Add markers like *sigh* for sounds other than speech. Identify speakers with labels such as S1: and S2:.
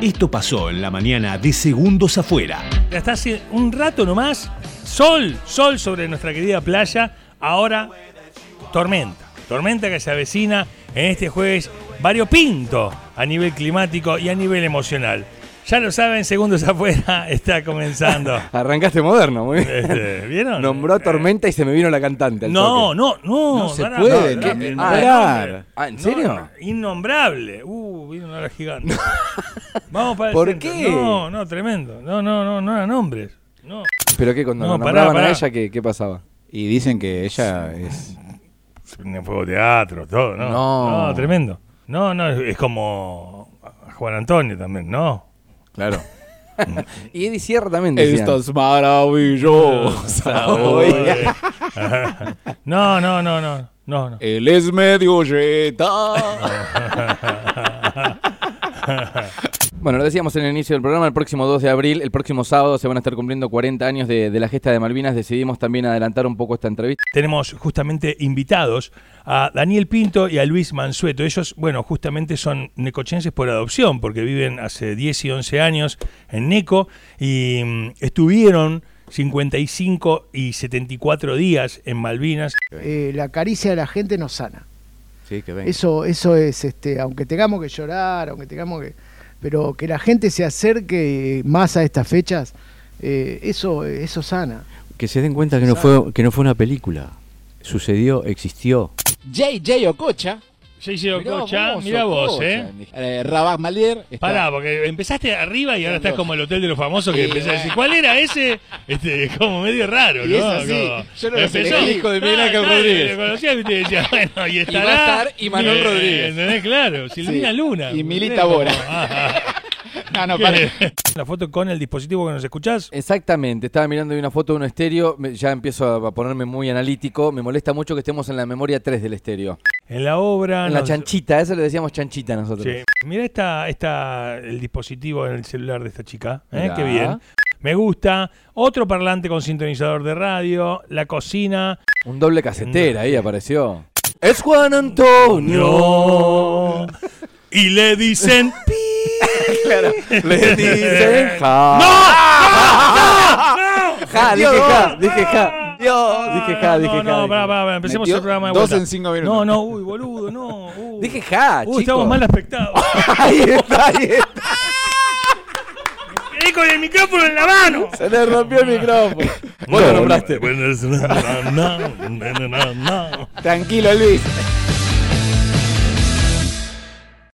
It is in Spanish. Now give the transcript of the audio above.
S1: Esto pasó en la mañana de Segundos Afuera.
S2: Hasta hace un rato nomás, sol, sol sobre nuestra querida playa. Ahora, tormenta. Tormenta que se avecina en este jueves variopinto a nivel climático y a nivel emocional. Ya lo saben, Segundos *laughs* Afuera está comenzando.
S3: Arrancaste moderno, muy bien.
S2: Este, ¿Vieron?
S3: *laughs* Nombró a Tormenta y se me vino la cantante. al
S2: No,
S3: toque.
S2: no, no.
S3: No se
S2: pará,
S3: puede,
S2: pará,
S3: ¿qué?
S2: pará,
S3: Ah,
S2: pará.
S3: claro. Ah, ¿en
S2: No,
S3: serio?
S2: no, innombrable. Uh, vino una hora
S3: *laughs*
S2: gigante. Vamos para el
S3: ¿Por
S2: centro.
S3: qué?
S2: No, no, tremendo. No, no, no, no eran nombres. No.
S3: Pero que cuando
S2: No,
S3: la
S2: pará,
S3: nombraban
S2: pará.
S3: a ella, ¿qué, qué pasaba?
S4: Y dicen que ella es.
S2: En fuego teatro, todo, ¿no?
S4: No.
S2: tremendo. No, no, es, es como a Juan Antonio también, ¿no?
S4: *laughs* Claro.
S3: Y Eddie Sierra también decía.
S4: *laughs*
S2: *laughs*
S4: maravillosa
S2: no, no, no, no. No, no.
S4: Él es medio yeta.
S3: Bueno, lo decíamos en el inicio del programa, el próximo 2 de abril, el próximo sábado, se van a estar cumpliendo 40 años de, de la gesta de Malvinas. Decidimos también adelantar un poco esta entrevista.
S2: Tenemos justamente invitados a Daniel Pinto y a Luis Mansueto. Ellos, bueno, justamente son necochenses por adopción, porque viven hace 10 y 11 años en Neco y mm, estuvieron 55 y 74 días en Malvinas.
S5: eh, la caricia de la gente nos sana.
S4: Sí, que venga.
S5: Eso, eso es, este, aunque tengamos que llorar, aunque tengamos que. Pero que la gente se acerque más a estas fechas, eh, eso, eso sana.
S6: Que se den cuenta que no fue, que no fue una película. Sucedió, existió.
S4: JJ Ococha. eh. Rabat Malier. está-
S2: eh. Pará, porque empezaste arriba y ahora estás
S4: Dios.
S2: como el hotel de los famosos que
S4: Y
S2: empezás a decir,
S4: bueno.
S2: ¿cuál era ese? Este, como medio raro,
S4: Y
S2: ¿no?
S4: es así.
S2: Como-
S4: Yo no lo sé, el hijo de Miguel
S2: Ah,
S4: Ángel
S2: claro,
S4: Rodríguez.
S2: Lo conocía y te decía, bueno, y estará. Eh,
S4: estar Imanol Rodríguez.
S2: ¿Entendés? Claro, Silvina
S4: Sí.
S2: Luna.
S4: Y Milita
S2: ¿entendés?
S4: Bora.
S2: Como, *laughs* ah,
S4: *laughs* No, no,
S2: *laughs* ¿qué?
S4: pará.
S2: La foto con el dispositivo que nos escuchás.
S4: Eh,
S3: Exactamente, estaba mirando ahí una foto de un estéreo, me- ya empiezo a, a ponerme muy analítico. Me molesta mucho que estemos en la memoria 3 del estéreo.
S2: En la obra.
S3: en la
S2: nos-
S3: chanchita, eso le decíamos chanchita nosotros.
S2: Ah, Sí. Mirá esta, esta, el dispositivo en el celular de esta chica. ¿eh?
S3: Mirá.
S2: Qué bien. Me gusta. Otro parlante con sintonizador de radio. La cocina.
S3: Un doble casetera ahí apareció. Es Juan Antonio.
S2: Y le
S3: *laughs*
S2: dicen. pi. *laughs*
S3: Le dicen ja. Ah.
S2: ¡No!
S3: Ja, dije ja, dije ja.
S4: Dios.
S3: Dije ja, dije
S2: no, no, pará,
S3: ja. dije ja.
S2: pará, pará, empecemos
S4: Metió
S2: el programa de
S4: dos
S2: vuelta.
S4: en cinco minutos.
S2: No, no, uy, boludo,
S3: *laughs*
S2: no. uy.
S3: Dije ja,
S2: Uy, estamos
S3: chico.
S2: mal aspectados.
S3: *laughs* Ahí está, ahí está.
S2: ¡Eh, con el micrófono en la mano!
S3: Se le rompió el micrófono. Vos lo nombraste.
S4: Tranquilo, Luis.